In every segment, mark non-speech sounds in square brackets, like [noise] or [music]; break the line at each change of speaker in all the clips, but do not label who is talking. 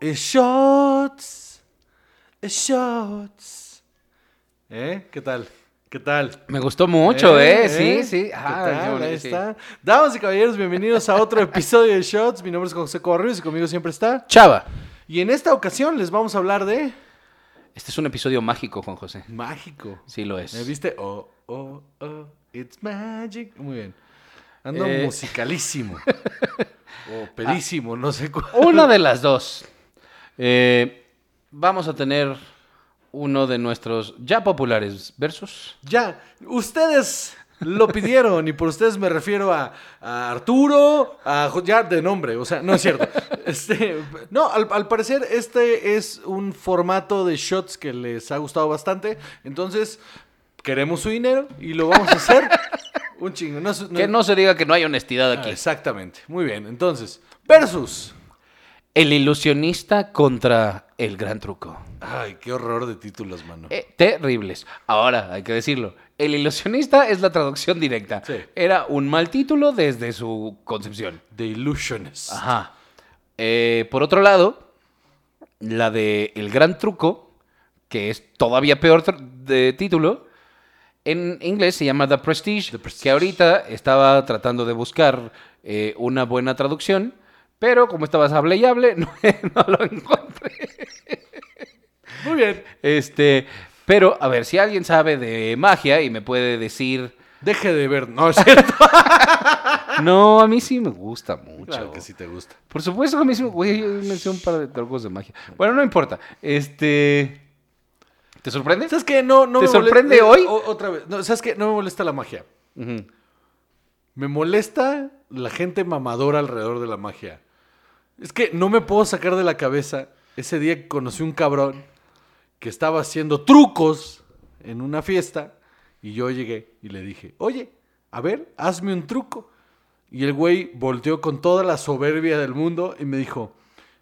Eh, shots. eh, shots. ¿Eh? ¿Qué tal? ¿Qué tal?
Me gustó mucho, ¿eh? Sí, sí.
¿Qué
Ah,
tal?
qué bonito,
Ahí
sí.
está. Damas y caballeros, bienvenidos a otro episodio de Shots. Mi nombre es José Correos y conmigo siempre está.
Chava,
Y en esta ocasión les vamos a hablar de
este es un episodio mágico, Juan José.
mágico.
Sí lo es.
¿Me viste? Oh, oh, oh, it's magic. Muy bien. Ando
Eh. [laughs]
musicalísimo. o pedísimo, no sé cuál.
Una
[laughs]
de las dos. Eh, vamos a tener uno de nuestros ya populares versus.
Ya, ustedes lo pidieron y por ustedes me refiero a, a Arturo, a Jo- ya de nombre, o sea, no es
[laughs]
cierto. Este, no, al, al parecer este es un formato de shots que les ha gustado bastante, entonces queremos su dinero y lo vamos a hacer un chingo. No, es- no-
Que no se diga que no hay honestidad
Ah,
aquí.
Exactamente, muy bien, entonces, versus.
El ilusionista contra el gran truco.
Ay, qué horror de títulos, mano.
Eh, terribles. Ahora, hay que decirlo. El ilusionista es la traducción directa.
Sí.
Era un mal título desde su concepción.
The Illusionist.
Ajá. Eh, por otro lado, la de El Gran Truco, que es todavía peor tr- de título, en inglés se llama The Prestige,
The Prestige.
que ahorita estaba tratando de buscar eh, una buena traducción, pero como estabas hable y hable, [laughs] no, no lo encontré.
Muy bien.
Este, pero a ver, si alguien sabe de magia y me
[laughs]
puede decir,
Deje de ver, no es cierto.
no, a mí sí me gusta [laughs] mucho.
Claro que sí te gusta.
Por supuesto que me hizo, güey, yo me hice un par de trucos de magia. Bueno, no importa. Este. ¿Te sorprende?
¿Sabes qué? No, no
¿Te
molesta-
sorprende
o-
hoy?
o- otra vez. No, ¿Sabes qué? No me molesta la magia.
Ujú.
Me molesta la gente mamadora alrededor de la magia. Es que no me puedo sacar de la cabeza ese día que conocí un cabrón que estaba haciendo trucos en una fiesta y yo llegué y le dije, oye, a ver, hazme un truco. Y el güey volteó con toda la soberbia del mundo y me dijo,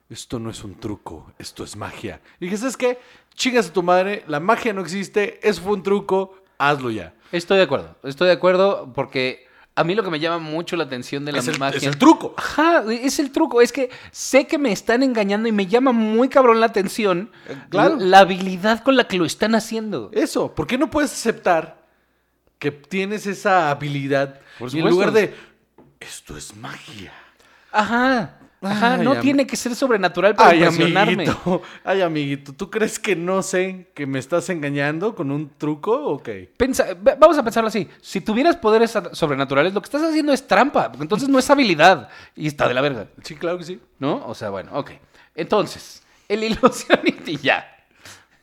esto no es un truco, esto es magia. Y dije, ¿sabes qué? Chingas a tu madre, la magia no existe, eso fue un truco, hazlo ya.
Estoy de acuerdo. Estoy de acuerdo porque a mí lo que me llama mucho la atención de la
Es el-
magia.
es el truco.
Ajá, es el truco. Es que sé que me están engañando y me llama muy cabrón la atención
Eh, claro.
la habilidad con la que lo están haciendo.
Eso, ¿por qué no puedes aceptar que tienes esa habilidad
Por
y en
supuesto.
lugar de esto es magia?
Ajá. Ajá,
Ay,
no
am-
tiene que ser sobrenatural para
Ay,
impresionarme.
amiguito, [laughs] ay, amiguito, ¿tú crees que no sé que me estás engañando con un truco o qué?
Pensa- ve- vamos a pensarlo así. Si tuvieras poderes a- sobrenaturales, lo que estás haciendo es trampa. porque entonces no es habilidad. Y está de la verga.
Sí, claro que sí.
¿No? O sea, bueno, ok. Entonces, el ilusionista [laughs] y ya.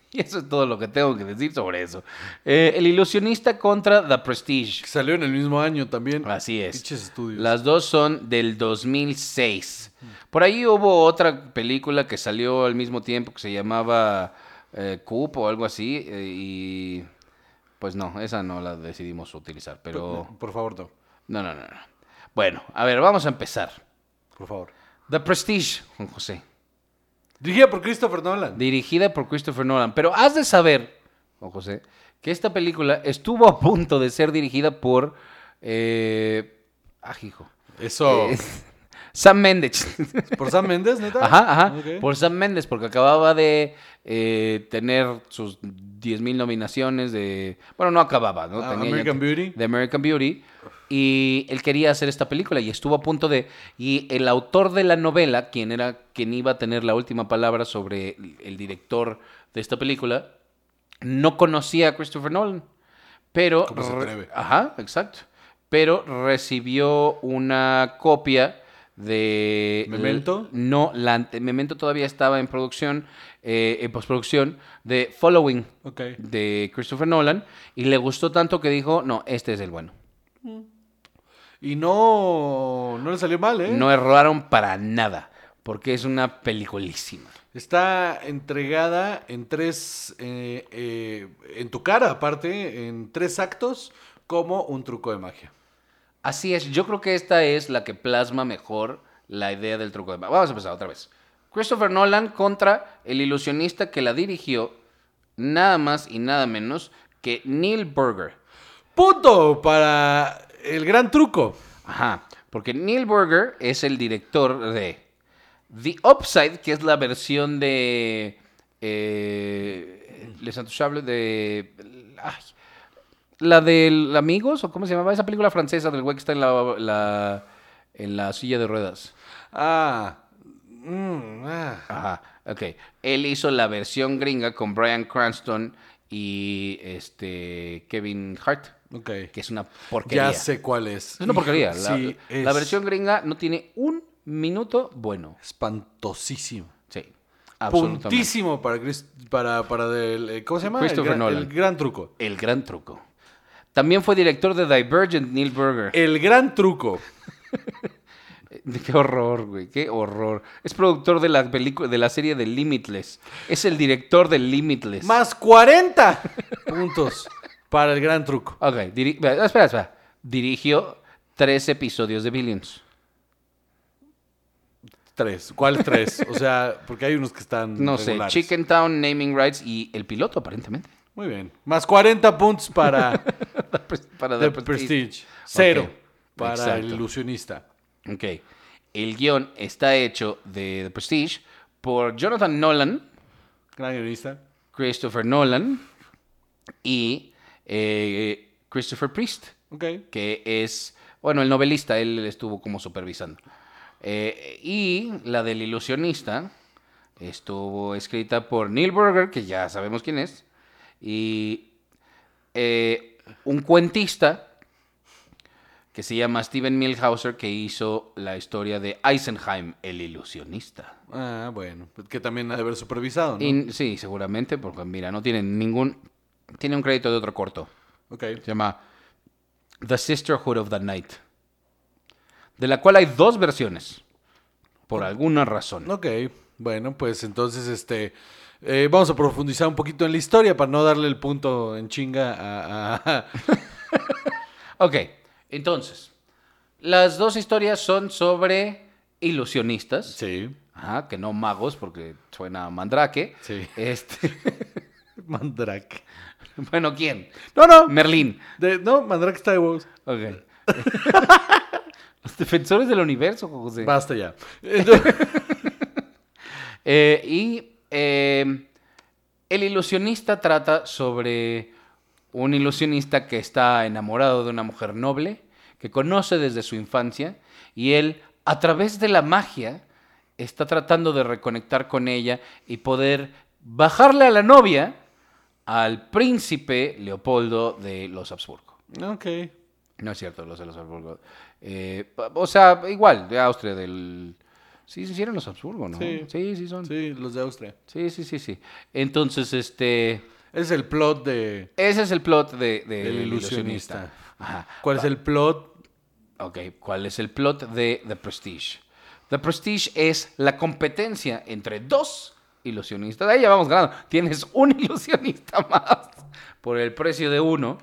Y eso es todo lo que tengo que decir sobre eso. Eh, el ilusionista contra The Prestige.
Que salió en el mismo año también.
Así es.
Pinches estudios.
Las dos son del 2006. Por ahí hubo otra película que salió al mismo tiempo que se llamaba eh, Coop o algo así. eh, y pues no, esa no la decidimos utilizar. Pero
Por favor, Pues no.
no, no, no. no. Bueno, a ver, vamos a empezar.
Por favor.
The Prestige, Juan José.
Dirigida por Christopher
Eh,
Nolan.
Dirigida por Christopher Nolan. Pero has de saber, Juan José, que esta película estuvo a punto de ser dirigida por. Eh, ah, hijo. [laughs]
Eso.
Eh, Sam Mendes.
Por Sam Méndez, neta.
Ajá, ajá.
Ok.
Por Sam Méndez, porque acababa de eh, tener sus 10.000 nominaciones de... Bueno, no acababa, ¿no?
Ah,
Tenía ya
American
que-
Beauty.
De American Beauty. Y él quería hacer esta película y estuvo a punto de... Y el autor de la novela, quien era quien iba a tener la última palabra sobre el- el director de esta película, no conocía a Christopher Nolan. Pero.
¿Cómo se
re-
atreve?
Ajá, exacto. Pero recibió una copia de.
¿Memento?
Eh, No, la ante- Memento todavía estaba en producción, eh, en postproducción, de Following
Ok.
de Christopher Nolan. Y le gustó tanto que dijo: No, este es el bueno.
Y no. No le salió mal, ¿eh?
No erraron para nada. Porque es una peliculísima.
Está entregada en tres, eh, eh, en tu cara aparte, en tres actos, como un truco de magia.
Así es, yo creo que esta es la que plasma mejor la idea del truco de magia. Vamos a empezar otra vez. Christopher Nolan contra el ilusionista que la dirigió, nada más y nada menos que Neil Burger.
Punto para el gran truco.
Ajá, porque Neil Burger es el director de The Upside, que es la versión de. Eh, Les Intouchables de. ay, la del Amigos, o cómo se llamaba esa película francesa del güey que está en la, la- en la silla de ruedas.
Ah. Mm, ah.
Ajá, ok. Él hizo la versión gringa con Brian Cranston y este Kevin Hart,
Ok.
que es una porquería.
Ya sé cuál es.
Es una porquería.
Hijo,
La,
sí, es
la versión gringa no tiene un minuto bueno.
espantosísimo.
Sí. Absolutamente.
Puntísimo para, Chris- para, para del, eh, ¿cómo se llama?
Christopher
el gran,
Nolan.
El gran truco.
El gran truco. También fue director de Divergent, Neil Burger.
El gran truco.
[laughs] Qué horror, güey, qué horror. Es productor de la película, de la serie de Limitless. Es el director de Limitless.
Más 40 puntos para el gran truco.
Ok, diri- espera, espera, espera. Dirigió tres episodios de Billions.
Tres. ¿Cuál tres? O sea, porque hay unos que están.
[laughs] No sé,
regulares.
Chicken Town, Naming Rights y El Piloto, aparentemente. [laughs]
Muy bien. Más 40 puntos para
Para
The
dar
Prestige. Cero
Ok.
para el
Exacto.
ilusionista.
Ok. El guión está hecho de The Prestige por Jonathan Nolan,
Gran guionista.
Christopher Nolan y eh, Christopher Priest.
Ok.
que es, bueno, el novelista, él estuvo como supervisando. Eh, y la del ilusionista estuvo escrita por Neil Burger, que ya sabemos quién es, y eh, un cuentista que se llama Steven Milhauser, que hizo la historia de Eisenheim, el ilusionista.
Ah, bueno. Que también ha de haber supervisado, ¿no?
Y- sí, seguramente, porque mira, no tiene ningún... Tiene un crédito de otro corto.
Ok.
Se llama The Sisterhood of the Night. De la cual hay dos versiones. Por alguna razón.
Ok, bueno, pues entonces este eh, vamos a profundizar un poquito en la historia para no darle el punto en chinga a... a- [laughs] a-
Ok, entonces. Las dos historias son sobre ilusionistas.
Sí,
Ajá, que no magos, porque suena a mandrake.
Sí. [laughs]
Este, [laughs]
Mandrake.
bueno, ¿quién?
No, no,
Merlín.
de- no, Mandrake está de huevos.
Ok. [laughs] Los defensores del universo, José.
Basta ya. Entonces- [laughs]
Eh, y eh, el ilusionista trata sobre un ilusionista que está enamorado de una mujer noble, que conoce desde su infancia, y él, a través de la magia, está tratando de reconectar con ella y poder bajarle a la novia al príncipe Leopoldo de los Habsburgo.
ok,
No es cierto, los de los Habsburgo. Eh, o sea, igual, de Austria, del... Sí, sí, sí eran los Habsburgo, ¿no?
Sí.
sí, sí son.
sí, los de Austria.
Sí, sí, sí, sí. Entonces, este.
Es el plot de...
Ese es el plot de, de
Del
El
ilusionista.
Ajá.
¿Cuál es el plot?
Ok, ¿cuál es el plot de The Prestige? The Prestige es la competencia entre dos ilusionistas. Ahí ya vamos ganando. Tienes un [laughs] ilusionista más por el precio de uno.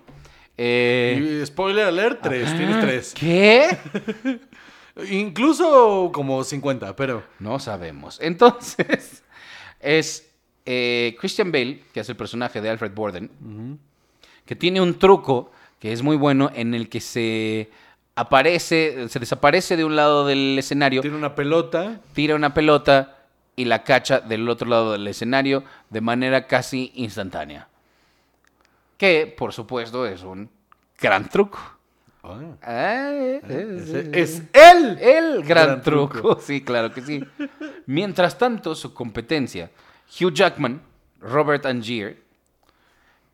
Eh,
Y spoiler alert, tres, tienes tres.
¿Qué?
Incluso como 50, pero...
No sabemos. Entonces, [laughs] es eh, Christian Bale, que es el personaje de Alfred Borden, que tiene un truco que es muy bueno en el que se aparece, se desaparece de un lado del escenario,
Tiene una pelota.
tira una pelota y la cacha del otro lado del escenario de manera casi instantánea. Que, por supuesto, es un gran truco.
Ah,
Ah, eh, eh,
ese
eh.
es él.
El gran,
Gran
truco. [laughs]
truco.
Sí, claro que sí. Mientras tanto, su competencia, Hugh Jackman, Robert Angier,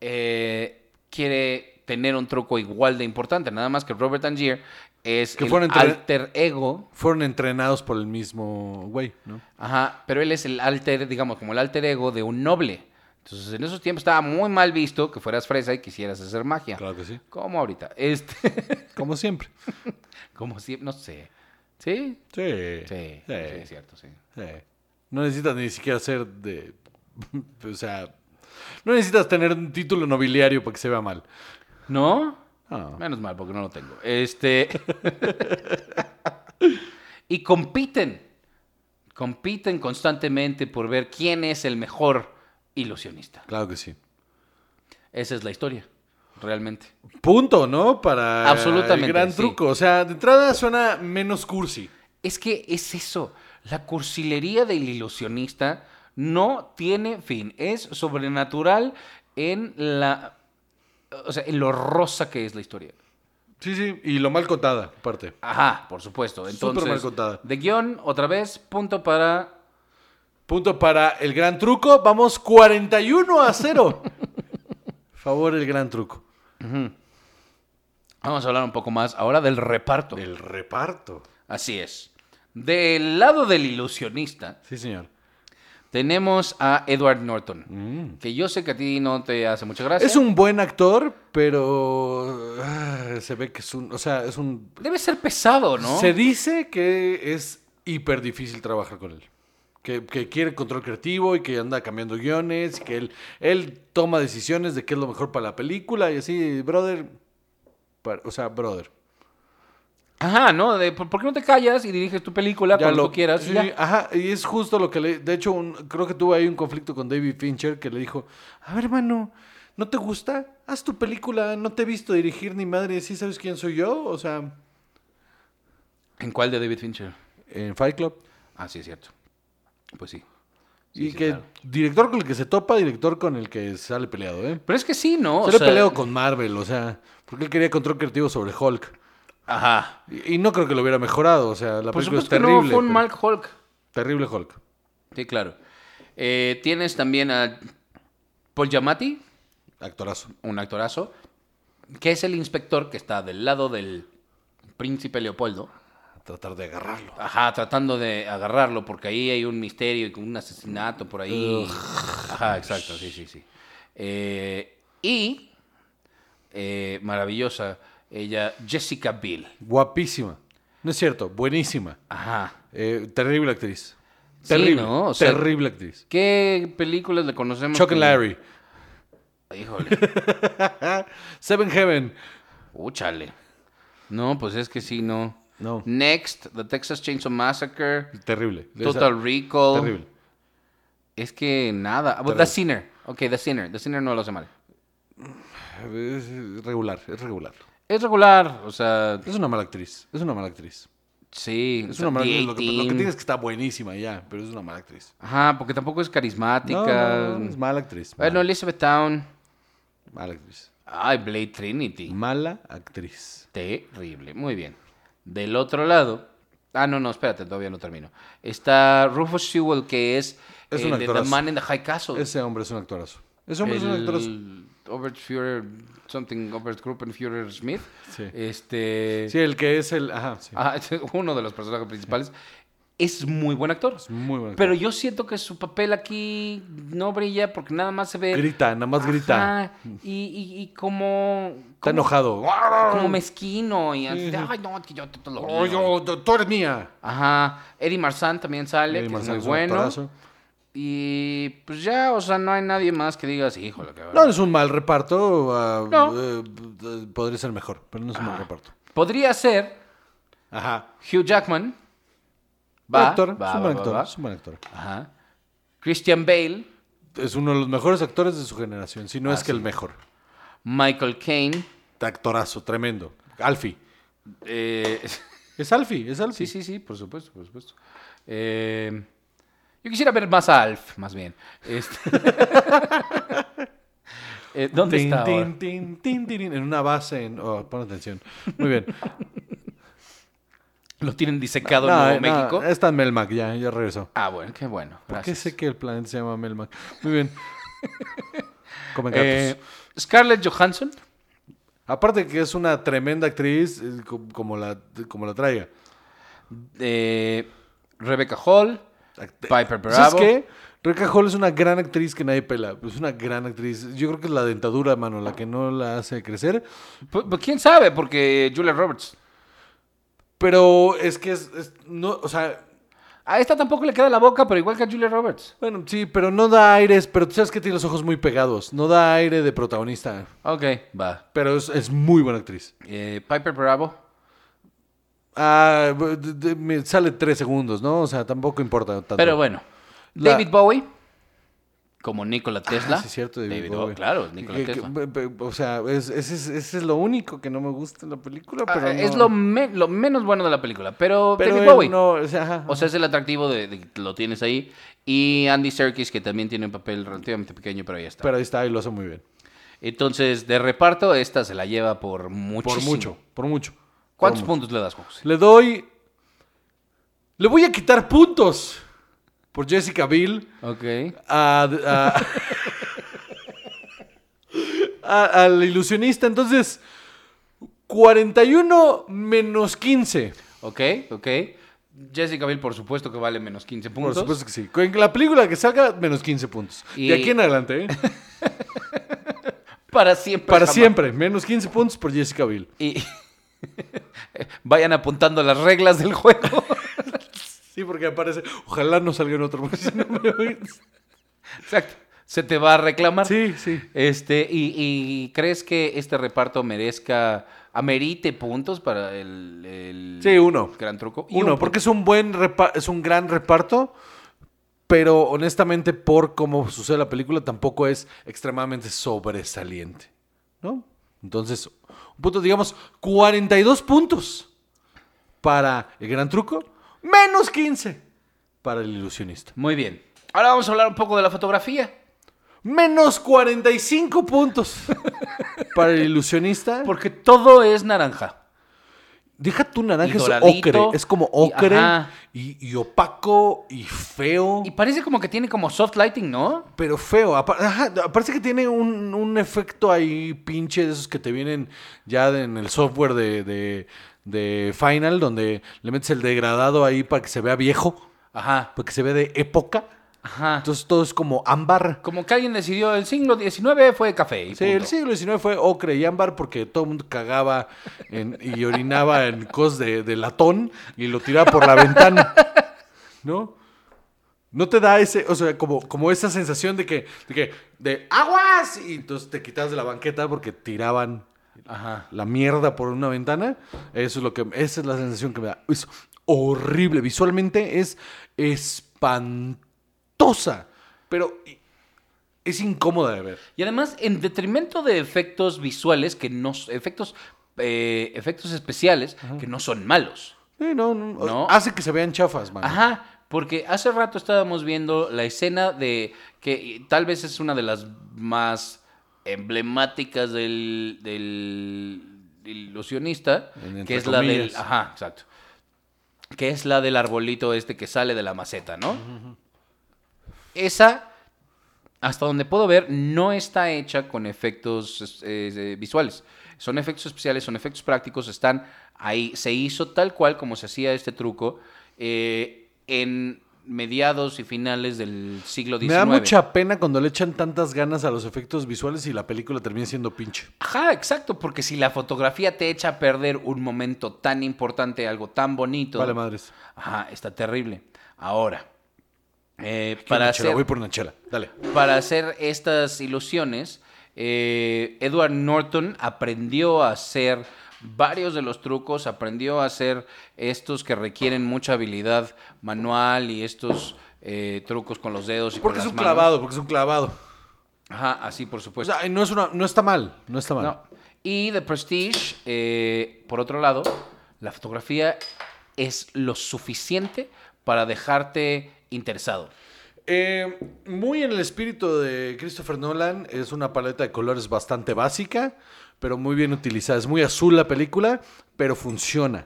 eh, quiere tener un truco igual de importante. Nada más que Robert Angier es
Que
el
fueron entre-
alter ego.
Fueron entrenados por el mismo güey, ¿no?
Ajá, pero él es el alter, digamos, como el alter ego de un noble. Entonces, en esos tiempos estaba muy mal visto que fueras fresa y quisieras hacer magia.
Claro que sí.
[laughs] Como ahorita. Este, [laughs]
Como siempre.
como si, no sé. ¿Sí?
Sí.
Sí, sí, es cierto, sí.
sí. No necesitas ni siquiera ser de. [laughs] O sea. No necesitas tener un título nobiliario para que se vea mal. Ah,
¿No?
No.
Menos mal, porque no lo tengo. Este. [laughs] y compiten. Compiten constantemente por ver quién es el mejor ilusionista.
Claro que sí.
Esa es la historia, realmente.
Punto, ¿no? Para
Absolutamente,
el gran
sí.
truco. O sea, de entrada suena menos cursi.
Es que es eso. La cursilería del ilusionista no tiene fin. Es sobrenatural en la. O sea, en lo rosa que es la historia.
Sí, sí, y lo mal contada, aparte.
Ajá, por supuesto. Entonces,
mal contada.
De guión, otra vez, punto para.
Punto para el gran truco. Vamos 41 a [laughs] 0. Favor el gran truco.
Vamos a hablar un poco más ahora del reparto.
El reparto.
Así es. Del lado del ilusionista,
Sí, señor.
tenemos a Edward Norton. Que yo sé que a ti no te hace mucha gracia.
Mm. Es un buen actor, pero ah, se ve que es un, o sea, es un
Debe ser pesado, ¿no?
se dice que es hiper difícil trabajar con él. Que, que quiere control creativo y que anda cambiando guiones, y que él, él toma decisiones de qué es lo mejor para la película y así, brother, para- o sea, brother.
Ajá, ¿no? De, ¿Por por qué no te callas y diriges tu película
Ya
cuando
lo-
tú quieras? y
sí,
ya?
Ajá, y es justo lo que le. De hecho, un- creo que tuvo ahí un conflicto con David Fincher que le dijo: A ver, hermano, ¿no te gusta? Haz tu película, no te he visto dirigir ni madre, ¿sí sabes quién soy yo? O sea,
¿En cuál de David Fincher?
en Fight Club.
Ah, sí, es cierto. Pues sí. Sí,
Y
sí,
que
claro.
director con el que se topa, director con el que sale peleado, ¿eh?
Pero es que sí, ¿no? O
sale
sea,
peleado con Marvel, o sea, porque él quería control creativo sobre Hulk.
Ajá.
Y, y no creo que lo hubiera mejorado, o sea, la
Por
película es
supuesto que
terrible.
no fue un
pero-
Mark Hulk.
Terrible Hulk.
Sí, claro. Eh, tienes también a Paul Giamatti,
Actorazo.
un actorazo, que es el inspector que está del lado del príncipe Leopoldo.
Tratar de agarrarlo.
Ajá, tratando de agarrarlo, porque ahí hay un misterio y un asesinato por ahí. Ajá, exacto, sí, sí, sí. Eh, y, eh, maravillosa, ella, Jessica Biel.
Guapísima. No es cierto, buenísima.
Ajá.
Eh, terrible actriz.
Sí,
Terrible.
¿no? O sea-
terrible actriz.
¿Qué películas le conocemos?
Chuck
que-
and Larry.
Híjole,
Seven Heaven.
úchale. No, pues es que sí, no.
No.
Next, The Texas Chainsaw Massacre,
Terrible.
Total
Esa-
Recall.
Terrible.
Es que nada. Ah, but The
Terrible.
Sinner. Ok, The Sinner. The Sinner no lo hace mal.
Es regular, es regular.
Es regular, o sea,
Es una mala actriz. Es una mala actriz.
sí. o
Es
sea,
una mala
The
actriz. Lo que, lo que
18.
tiene es que está buenísima ya, pero es una mala actriz.
Ajá, porque tampoco es
No,
carismática.
no, no, es mala actriz.
bueno,
mala,
Elizabeth Town.
mala actriz.
Ay, Blade Trinity.
Mala actriz.
Terrible. Muy bien. Del otro lado. Ah, no, no, espérate, todavía no termino. Está Rufus Sewell, que es,
Es
el
un
de The
actorazo.
Man in the High Castle.
Ese hombre es un actorazo. Ese hombre es un actorazo.
el Obertfuhrer, something, Obertgruppenführer Smith.
Sí.
Este,
Sí, el que es el. Ajá, sí.
ah, [laughs] uno de los personajes principales. Es muy buen actor.
Es muy bueno.
Pero yo siento que su papel aquí no brilla porque nada más se ve...
Grita, nada más grita.
Ajá, y, y- y como...
Está
como-
enojado.
Como mezquino y así,
sí.
ay no, es que yo te, te lo
Oh, yo- tú eres mía.
Ajá, Eddie Marsan también sale,
Eddie
que
Marzán
es
es
muy
un
bueno.
actorazo.
Y pues ya, o sea, no hay nadie más que digas, híjole, qué
No
bárbaro".
es un mal reparto. ah,
No. Ah.
eh, eh, podría ser mejor, pero no es un mal reparto.
Podría ser
Ajá.
Hugh Jackman.
Buen
Va,
actor,
va,
es un buen
va, va,
actor.
va.
Es un buen actor.
Ajá. Christian Bale,
Es uno de los mejores actores de su generación, si no
Ah,
es que el mejor.
Michael Caine.
Este Actorazo, tremendo. Alfie. [laughs]
eh,
Es Alfie, es Alfie.
Sí, sí, sí, por supuesto, por supuesto. Eh, yo quisiera ver más a Alf, más bien. Este- [laughs] Eh, ¿Dónde
Tin,
está ahora?
tin, tin, tin, tin, tin, en una base en. Oh, pon atención. Muy
[laughs]
bien.
¿Lo tienen disecado
No,
en Nuevo
no,
México?
Está en Melmac, ya, ya regresó.
Ah, bueno, qué bueno.
¿Por qué
Gracias.
sé que el planeta se llama Melmac? Muy bien. Comen gatos.
Eh, Scarlett Johansson.
Aparte que es una tremenda actriz, eh, co- como la, como la traiga.
eh, Rebecca Hall.
Act-
Piper
¿Sabes
Bravo.
qué? Rebecca Hall es una gran actriz que nadie pela. Es una gran actriz. Yo creo que es la dentadura, mano, la que no la hace crecer.
Pu- pu- ¿Quién sabe? Porque Julia Roberts.
Pero es que es, es- no, o sea,
A esta tampoco le queda la boca, pero igual que a Julia Roberts.
bueno, sí, pero no da aires. Pero tú sabes que tiene los ojos muy pegados. No da aire de protagonista.
Ok, va.
Pero es, es muy buena actriz.
Eh, Piper Bravo.
Ah, bu- de- de- me sale tres segundos, ¿no? O sea, tampoco importa tanto.
Pero bueno.
La- Ah,
David Bowie. Como Nikola Tesla.
Sí, es cierto, David,
Bowie.
Bowie.
Claro,
Que-
Nikola
que-
Tesla.
pe- pe- o sea, es- ese es, ese es lo único que no me gusta en la película,
Ah,
pero
Es
no-
lo, me- lo menos bueno de la película, pero,
pero
David
él
Bowie.
no, o sea, ajá.
O sea, es el atractivo de, de que lo tienes ahí. Y Andy Serkis, que también tiene un papel relativamente pequeño, pero ahí está.
pero ahí está y lo hace muy bien.
Entonces, de reparto, esta se la lleva por muchísimo.
Por mucho, por mucho.
¿Cuántos
Por mucho.
puntos le das, José?
Le doy. Le voy a quitar puntos por Jessica Biel
Ok.
a- a- a- al ilusionista. Entonces, 41 menos 15.
Ok, ok. Jessica Biel, por supuesto que vale menos 15
Por
puntos.
supuesto que sí. Con la película que salga, menos 15 puntos.
Y-
De aquí en [laughs] adelante, ¿eh?
Para siempre.
Para
jamás.
siempre, menos 15 puntos por Jessica Biel.
Y [laughs] vayan apuntando las reglas del juego. [laughs]
Sí, porque aparece. Ojalá no salga en otro. [laughs] porque si no me-
Exacto. Se te va a reclamar.
Sí, sí.
Este, y, y crees que este reparto merezca, amerite puntos para el, el
Sí, uno.
gran truco? Y
Uno,
un
porque es un buen repa- es un gran reparto, pero honestamente por cómo sucede la película tampoco es extremadamente sobresaliente, ¿no? Entonces, un punto, digamos, 42 puntos para el gran truco, menos 15 para el ilusionista.
Muy bien. Ahora vamos a hablar un poco de la fotografía.
Menos 45 puntos
[laughs]
para el ilusionista.
Porque todo es naranja.
Deja tu
Y
naranja, es ocre,
doradito,
es como
y-
ocre
ajá.
y, y opaco y feo.
Y parece como que tiene como soft lighting, ¿no?
Pero feo. Apa- ajá, parece que tiene un, un efecto ahí pinche de esos que te vienen ya de- en el software de, de- de Final, donde le metes el degradado ahí para que se vea viejo,
Ajá.
para que se vea de época.
Ajá.
Entonces todo es como ámbar.
Como que alguien decidió, el siglo XIX fue café. y
Sí,
punto.
el siglo XIX fue ocre y ámbar porque todo el mundo cagaba en- y [laughs] orinaba en cos de, de latón y lo tiraba por la ventana. ¿No? No te da ese, o sea, como, como esa sensación de que, de que, de aguas, y entonces te quitas de la banqueta porque tiraban
Ajá.
la mierda por una ventana. Eso es lo que, esa es la sensación que me da. Es horrible, visualmente es espantosa, pero i- es incómoda de ver.
Y además, en detrimento de efectos visuales, que no s- efectos, eh, efectos especiales, que no son malos.
Sí, no, no,
¿No?
hace que se vean chafas, man.
Ajá. Porque hace rato estábamos viendo la escena de que y tal vez es una de las más emblemáticas del, del ilusionista,
En- entre
que es la del...
comillas.
Ajá, exacto. Que es la del arbolito este que sale de la maceta, ¿no? Esa, hasta donde puedo ver, no está hecha con efectos eh, eh, visuales. Son efectos especiales, son efectos prácticos, están ahí. Se hizo tal cual como se hacía este truco eh, en mediados y finales del siglo XIX.
Me da mucha pena cuando le echan tantas ganas a los efectos visuales y la película termina siendo pinche.
Ajá, exacto, porque si la fotografía te echa a perder un momento tan importante, algo tan bonito,
Vale, madres.
ajá, está terrible. Ahora, eh,
Una
para
chela,
hacer...
Voy por una chela. Dale.
para hacer estas ilusiones, eh, Edward Norton aprendió a hacer varios de los trucos, aprendió a hacer estos que requieren mucha habilidad manual y estos eh, trucos con los dedos y
Porque
con
es
las
un
manos.
clavado, porque es un clavado.
Ajá, así por
O
supuesto.
sea, no, es una, no está mal, no está mal.
No. Y The Prestige, eh, por otro lado, la fotografía es lo suficiente para dejarte interesado.
Eh, muy en el espíritu de Christopher Nolan, es una paleta de colores bastante básica, pero muy bien utilizada. Es muy azul la película, pero funciona.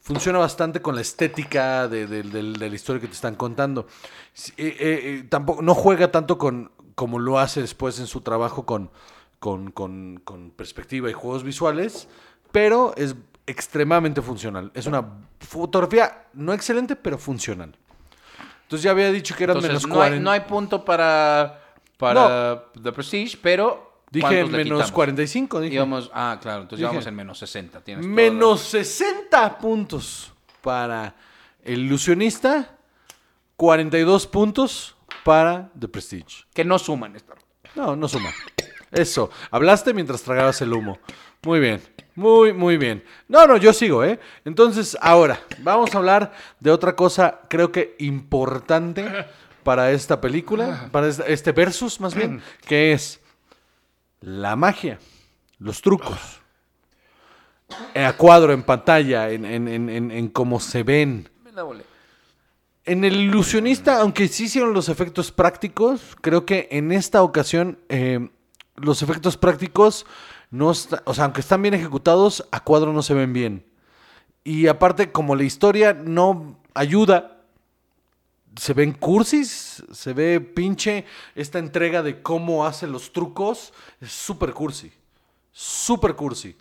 Funciona bastante con la estética de, de- de- de la historia que te están contando. Sí, eh, eh, eh, tampoco, no juega tanto con como lo hace después en su trabajo con, con, con- con perspectiva y juegos visuales, pero es extremadamente funcional. Es una fotografía no excelente, pero funcional. Entonces ya había dicho que eran
Entonces,
menos
no, hay,
40.
no hay punto para, para The Prestige, pero.
Dije
¿cuántos le
menos
quitamos?
45, dije.
Íbamos- ah, claro, entonces
Dije-
íbamos en menos 60. tienes toda la-
menos 60 puntos para el ilusionista, 42 puntos para The Prestige.
Que no suman esta.
No, no suma. Eso, hablaste mientras tragabas el humo. Muy bien, muy, muy bien. No, no, yo sigo, ¿eh? Entonces, ahora, vamos a hablar de otra cosa, creo que importante para esta película, para esta- este versus más bien, que es la magia, los trucos, a cuadro, en pantalla, en, en- en- en- en cómo se ven.
Me la volé.
En el ilusionista, aunque sí hicieron los efectos prácticos, creo que en esta ocasión eh, los efectos prácticos no, está- o sea, aunque están bien ejecutados, a cuadro no se ven bien. Y aparte, como la historia no ayuda, se ven cursis, se ve pinche esta entrega de cómo hace los trucos, es súper cursi, súper cursi.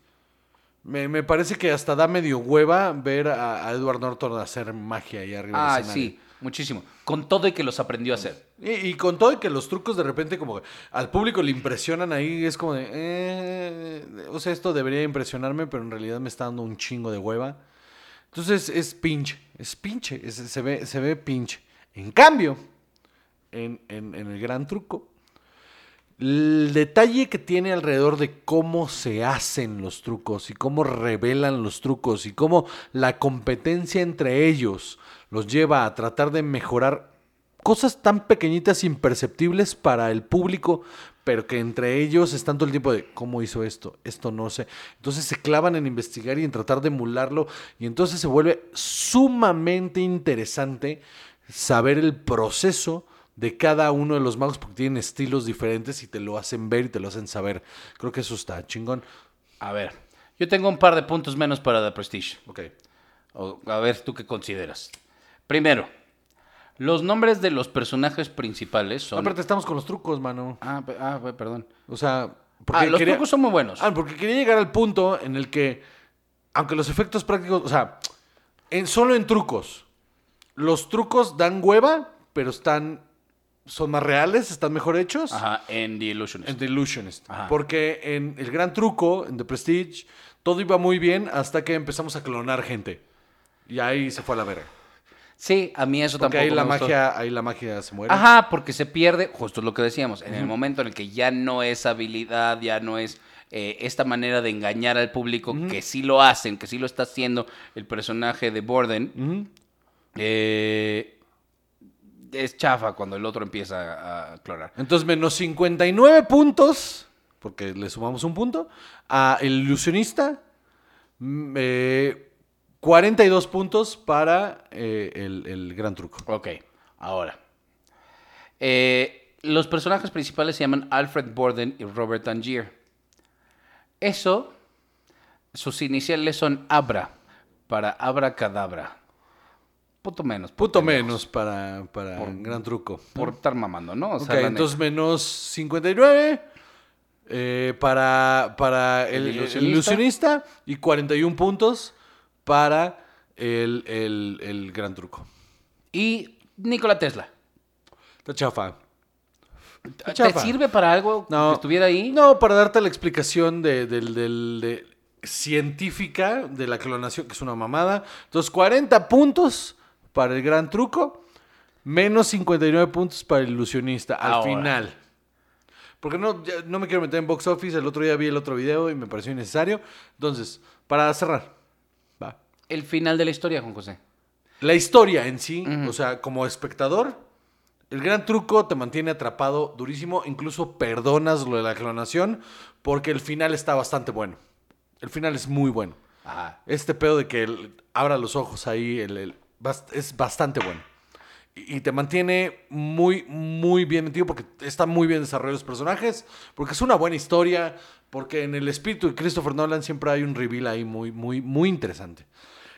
Me, me parece que hasta da medio hueva ver a, a Edward Norton hacer magia ahí arriba. del
Ah,
escenario.
sí, muchísimo. Con todo y que los aprendió a hacer.
Y, y con todo y que los trucos de repente como que al público le impresionan ahí, es como de, eh, o sea, esto debería impresionarme, pero en realidad me está dando un chingo de hueva. Entonces es pinche, es pinche, es- se, ve, se ve pinche. En cambio, en, en- en el gran truco, el detalle que tiene alrededor de cómo se hacen los trucos y cómo revelan los trucos y cómo la competencia entre ellos los lleva a tratar de mejorar cosas tan pequeñitas imperceptibles para el público, pero que entre ellos están todo el tiempo de cómo hizo esto, esto no sé. Entonces se clavan en investigar y en tratar de emularlo y entonces se vuelve sumamente interesante saber el proceso de cada uno de los magos porque tienen estilos diferentes y te lo hacen ver y te lo hacen saber. Creo que eso está chingón.
A ver, yo tengo un par de puntos menos para The Prestige.
Ok.
O, a ver, ¿tú qué consideras? Primero, los nombres de los personajes principales son...
Aparte estamos con los trucos, mano.
Ah, pe- ah, pe- perdón.
O sea,
Ah,
porque
los
quería-
trucos son muy buenos.
Ah, porque quería llegar al punto en el que, aunque los efectos prácticos, o sea, en, solo en trucos, los trucos dan hueva, pero están, son más reales, están mejor hechos.
Ajá, en The Illusionist.
En The Illusionist.
Ajá.
Porque en El Gran Truco, en The Prestige, todo iba muy bien hasta que empezamos a clonar gente. Y ahí se fue a la verga.
Sí, a mí eso
Porque
tampoco
ahí la,
me gustó.
magia, ahí la magia se muere.
Ajá, porque se pierde, justo lo que decíamos, en el momento en el que ya no es habilidad, ya no es eh, esta manera de engañar al público, que sí lo hacen, que sí lo está haciendo el personaje de Borden,
Ujú.
eh, es chafa cuando el otro empieza a clonar.
Entonces, menos 59 puntos, porque le sumamos un punto, a El Ilusionista. mm, eh, 42 puntos para eh, el, el Gran Truco.
Ok, ahora. Eh, los personajes principales se llaman Alfred Borden y Robert Tangier. Eso, sus iniciales son Abra, para Abracadabra. Puto menos.
Punto
menos.
menos para, para el Gran Truco.
Por estar mamando, ¿no? O sea,
Ok,
la
entonces menos 59 eh, para, para el,
El
el ilusionista.
ilusionista.
y 41 puntos para el, el- el gran truco.
neta. Y Nikola Tesla.
Está chafa. Está
¿Te
chafa.
sirve para algo
No.
que estuviera ahí?
No, para darte la explicación de, del- del- de- científica de la clonación, que es una mamada. Entonces, 40 puntos para el gran truco, menos 59 puntos para el ilusionista al
Ahora.
final. Porque no, ya no me quiero meter en box office, el otro día vi el otro video y me pareció innecesario. Entonces, para cerrar, va.
El final de la historia, Juan José.
La historia en sí, o sea, como espectador, el gran truco te mantiene atrapado durísimo, incluso perdonas lo de la clonación, porque el final está bastante bueno. El final es muy bueno.
Ajá.
Este pedo de que el- abra los ojos ahí el- el- bas- es bastante bueno. Y, y te mantiene muy, muy bien metido porque están muy bien desarrollados los personajes, porque es una buena historia, porque en el espíritu de Christopher Nolan siempre hay un reveal ahí muy, muy, muy interesante.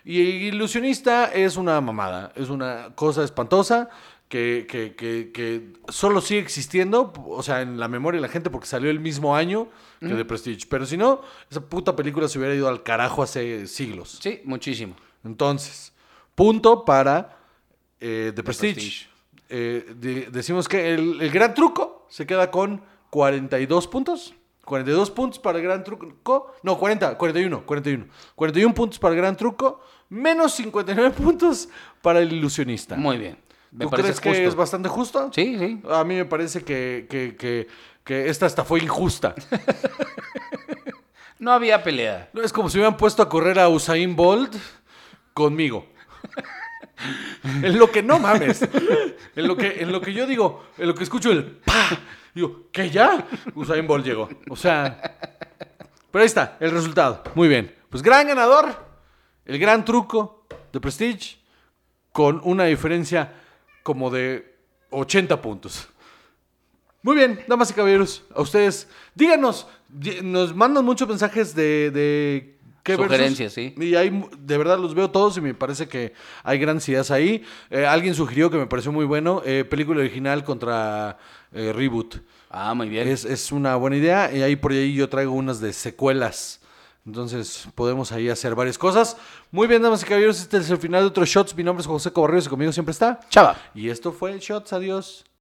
Y Ilusionista es una mamada, es una cosa espantosa que, que- que- que solo sigue existiendo, o sea, en la memoria de la gente porque salió el mismo año que The Prestige. Pero si no, esa puta película se hubiera ido al carajo hace siglos.
Sí, muchísimo.
Entonces, punto para eh, The Prestige.
Prestige.
Eh, de- decimos que el, el gran truco se queda con 42 puntos. 42 puntos para el gran truco. No, 40, 41, 41. 41 puntos para el gran truco, menos 59 [laughs] puntos para el ilusionista.
Muy bien. Me
¿Tú
parece
crees que
justo.
es bastante justo?
Sí, sí.
A mí me parece que, que- que- que esta hasta fue injusta.
No había pelea.
No, es como si hubieran puesto a correr a Usain Bolt conmigo. [laughs] En lo que no mames. En lo que, en lo que yo digo, en lo que escucho el pa, digo, ¿qué ya? Usain Bolt llegó. O sea. Pero ahí está, el resultado. Muy bien. Pues gran ganador. El gran truco de Prestige. Con una diferencia como de 80 puntos. Muy bien, damas y caballeros, a ustedes, díganos, di- nos mandan muchos mensajes de, de qué versus.
Sugerencias, sí.
Y ahí, mu- de verdad, los veo todos y me parece que hay grandes ideas ahí. Eh, alguien sugirió que me pareció muy bueno, eh, película original contra eh, reboot.
Ah, muy bien.
Es, es una buena idea y ahí por ahí yo traigo unas de secuelas. Entonces podemos ahí hacer varias cosas. Muy bien, damas y caballeros, este es el final de otros shots. Mi nombre es José Cobarrios y conmigo siempre está.
Chava.
Y esto fue Shots, adiós.